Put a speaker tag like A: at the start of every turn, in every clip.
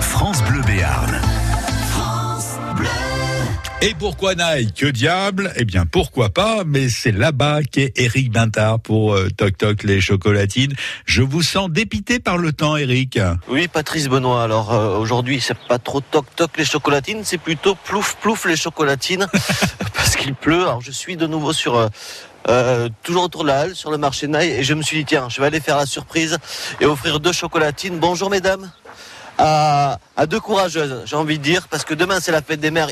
A: France Bleu Béarn.
B: Et pourquoi Nike Que diable Eh bien, pourquoi pas Mais c'est là-bas qu'est Eric Bintard pour euh, Toc Toc les chocolatines. Je vous sens dépité par le temps, Eric.
C: Oui, Patrice Benoît. Alors euh, aujourd'hui, c'est pas trop toc toc les chocolatines, c'est plutôt plouf plouf les chocolatines parce qu'il pleut. Alors je suis de nouveau sur euh, euh, toujours autour de la halle, sur le marché Naï, et je me suis dit tiens, je vais aller faire la surprise et offrir deux chocolatines. Bonjour mesdames. À, à deux courageuses, j'ai envie de dire, parce que demain c'est la fête des mères.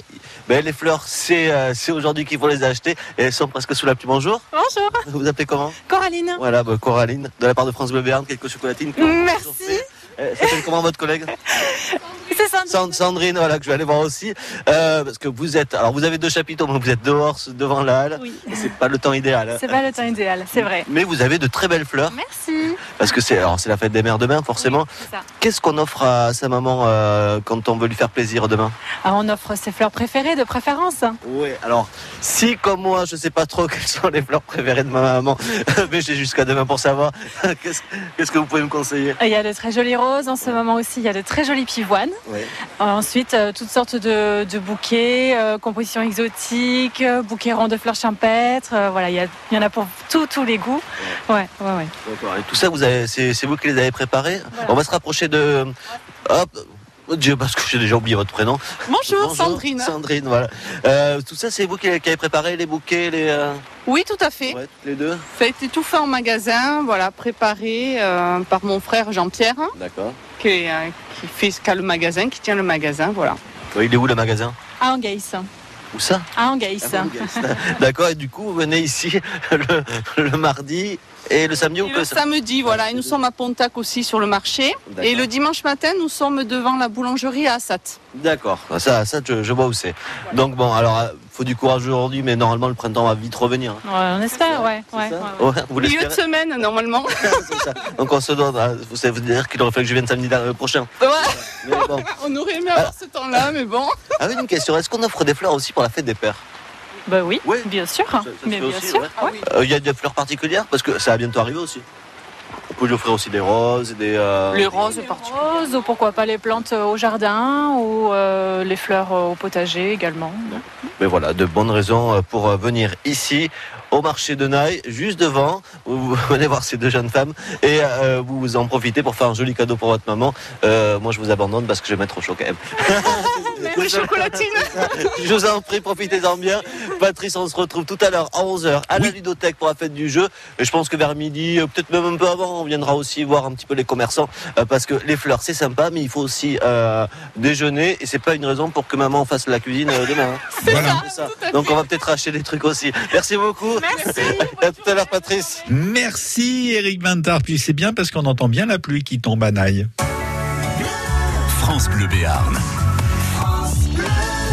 C: Ben, les fleurs, c'est euh, c'est aujourd'hui qu'il faut les acheter et elles sont presque sous la pluie. Bonjour.
D: Bonjour,
C: Vous vous appelez comment
D: Coraline.
C: Voilà, ben, Coraline, de la part de France Bleu Béarn, quelques chocolatines.
D: Merci.
C: Euh, S'appelle comment votre collègue
D: C'est ça.
C: Sand- Sandrine, voilà, que je vais aller voir aussi. Euh, parce que vous êtes, alors vous avez deux chapiteaux, mais vous êtes dehors, devant la halle.
D: Oui, Euh,
C: Et C'est pas le temps idéal. hein.
D: c'est pas le temps idéal, c'est vrai.
C: Mais vous avez de très belles fleurs.
D: Merci.
C: Parce que c'est, alors c'est la fête des mères demain, forcément.
D: Oui, c'est ça.
C: Qu'est-ce qu'on offre à sa maman euh, quand on veut lui faire plaisir demain
D: Ah, on offre ses fleurs préférées de préférence.
C: Oui, alors, si comme moi, je sais pas trop quelles sont les fleurs préférées de ma maman, mais j'ai jusqu'à demain pour savoir, qu'est-ce, qu'est-ce que vous pouvez me conseiller
D: Il y a de très jolies roses en ce moment aussi, il y a de très jolies pivoines. Euh, Ensuite, euh, toutes sortes de, de bouquets, euh, compositions exotiques, euh, bouquets ronds de fleurs champêtres. euh, voilà, il y, a- il y en a pour tous tous les goûts. Ouais, ouais, ouais.
C: D'accord. Et tout ça, vous avez, c'est, c'est vous qui les avez préparés
D: Voilà.
C: On va se rapprocher de. Hop Oh Dieu, parce que j'ai déjà oublié votre prénom.
E: Bonjour, Sandrine.
C: Sandrine, voilà. Euh, tout ça, c'est vous qui, qui avez préparé les bouquets, les. euh,
E: Oui, tout à fait.
C: ouais, toutes les deux
E: Ça a été tout fait en magasin, voilà, préparé euh, par mon frère Jean-Pierre, hein,
C: D'accord.
E: qui, est, euh, qui fait ce qu'a le magasin, qui tient le magasin, voilà.
C: Il est où le magasin
D: À Angaïs.
C: Où ça Ah,
D: À Angaïs.
C: D'accord, et du coup, vous venez ici le, le mardi et le samedi ou
E: Et
C: que
E: le
C: ça
E: samedi, voilà, et nous sommes à Pontac aussi sur le marché. Et le dimanche matin, nous sommes devant la boulangerie à Assat.
C: D'accord, Ah, ça, ça je, je vois où c'est. Donc bon, alors, euh, faut du courage aujourd'hui, mais normalement, le printemps va vite revenir. hein.
D: Ouais, on espère, ouais.
C: C'est
D: ouais,
C: ça
D: ouais, ouais.
C: Ouais, vous
E: Milieu de
C: l'espérez
E: semaine, normalement.
C: C'est ça. Donc on se donne, ah, vous savez vous dire qu'il aurait fallu que je vienne samedi euh, prochain.
E: Ouais,
C: Mais bon.
E: on aurait aimé avoir ce temps-là, mais bon.
C: Ah oui, une question, est-ce qu'on offre des fleurs aussi pour la fête des pères
D: Bah oui,
C: Oui.
D: bien sûr.
C: se
D: Mais
C: fait
D: bien
C: aussi,
D: sûr.
C: ouais.
E: Ah
D: ouais.
C: Euh, Il y a des fleurs particulières Parce que ça va bientôt arriver aussi. On peut lui offrir aussi des roses, des... euh,
E: Les roses
D: Les
E: particulières.
D: roses, ou pourquoi pas les plantes euh, au jardin ou euh, les fleurs euh, au potager également.
C: Mais voilà, de bonnes raisons euh, pour euh, venir ici au marché de Naï, juste devant. Vous vous venez voir ces deux jeunes femmes et euh, vous vous en profitez pour faire un joli cadeau pour votre maman. Euh, moi, je vous abandonne parce que je vais mettre au chaud quand même.
E: Les chocolatines.
C: Je vous en prie, profitez-en bien. Patrice, on se retrouve tout à l'heure à 11h à la ludothèque pour la fête du jeu. Et je pense que vers midi, euh, peut-être même un peu avant, on viendra aussi voir un petit peu les commerçants euh, parce que les fleurs, c'est sympa, mais il faut aussi euh, déjeuner et c'est pas une raison pour que maman fasse la cuisine euh, demain. hein.
B: Voilà.
C: C'est ça. Donc on va peut-être racheter des trucs aussi. Merci beaucoup.
E: Merci.
C: Et à tout à l'heure, Patrice.
B: Merci, Eric Bintard. Puis c'est bien parce qu'on entend bien la pluie qui tombe à Naï.
A: France Bleu Béarn.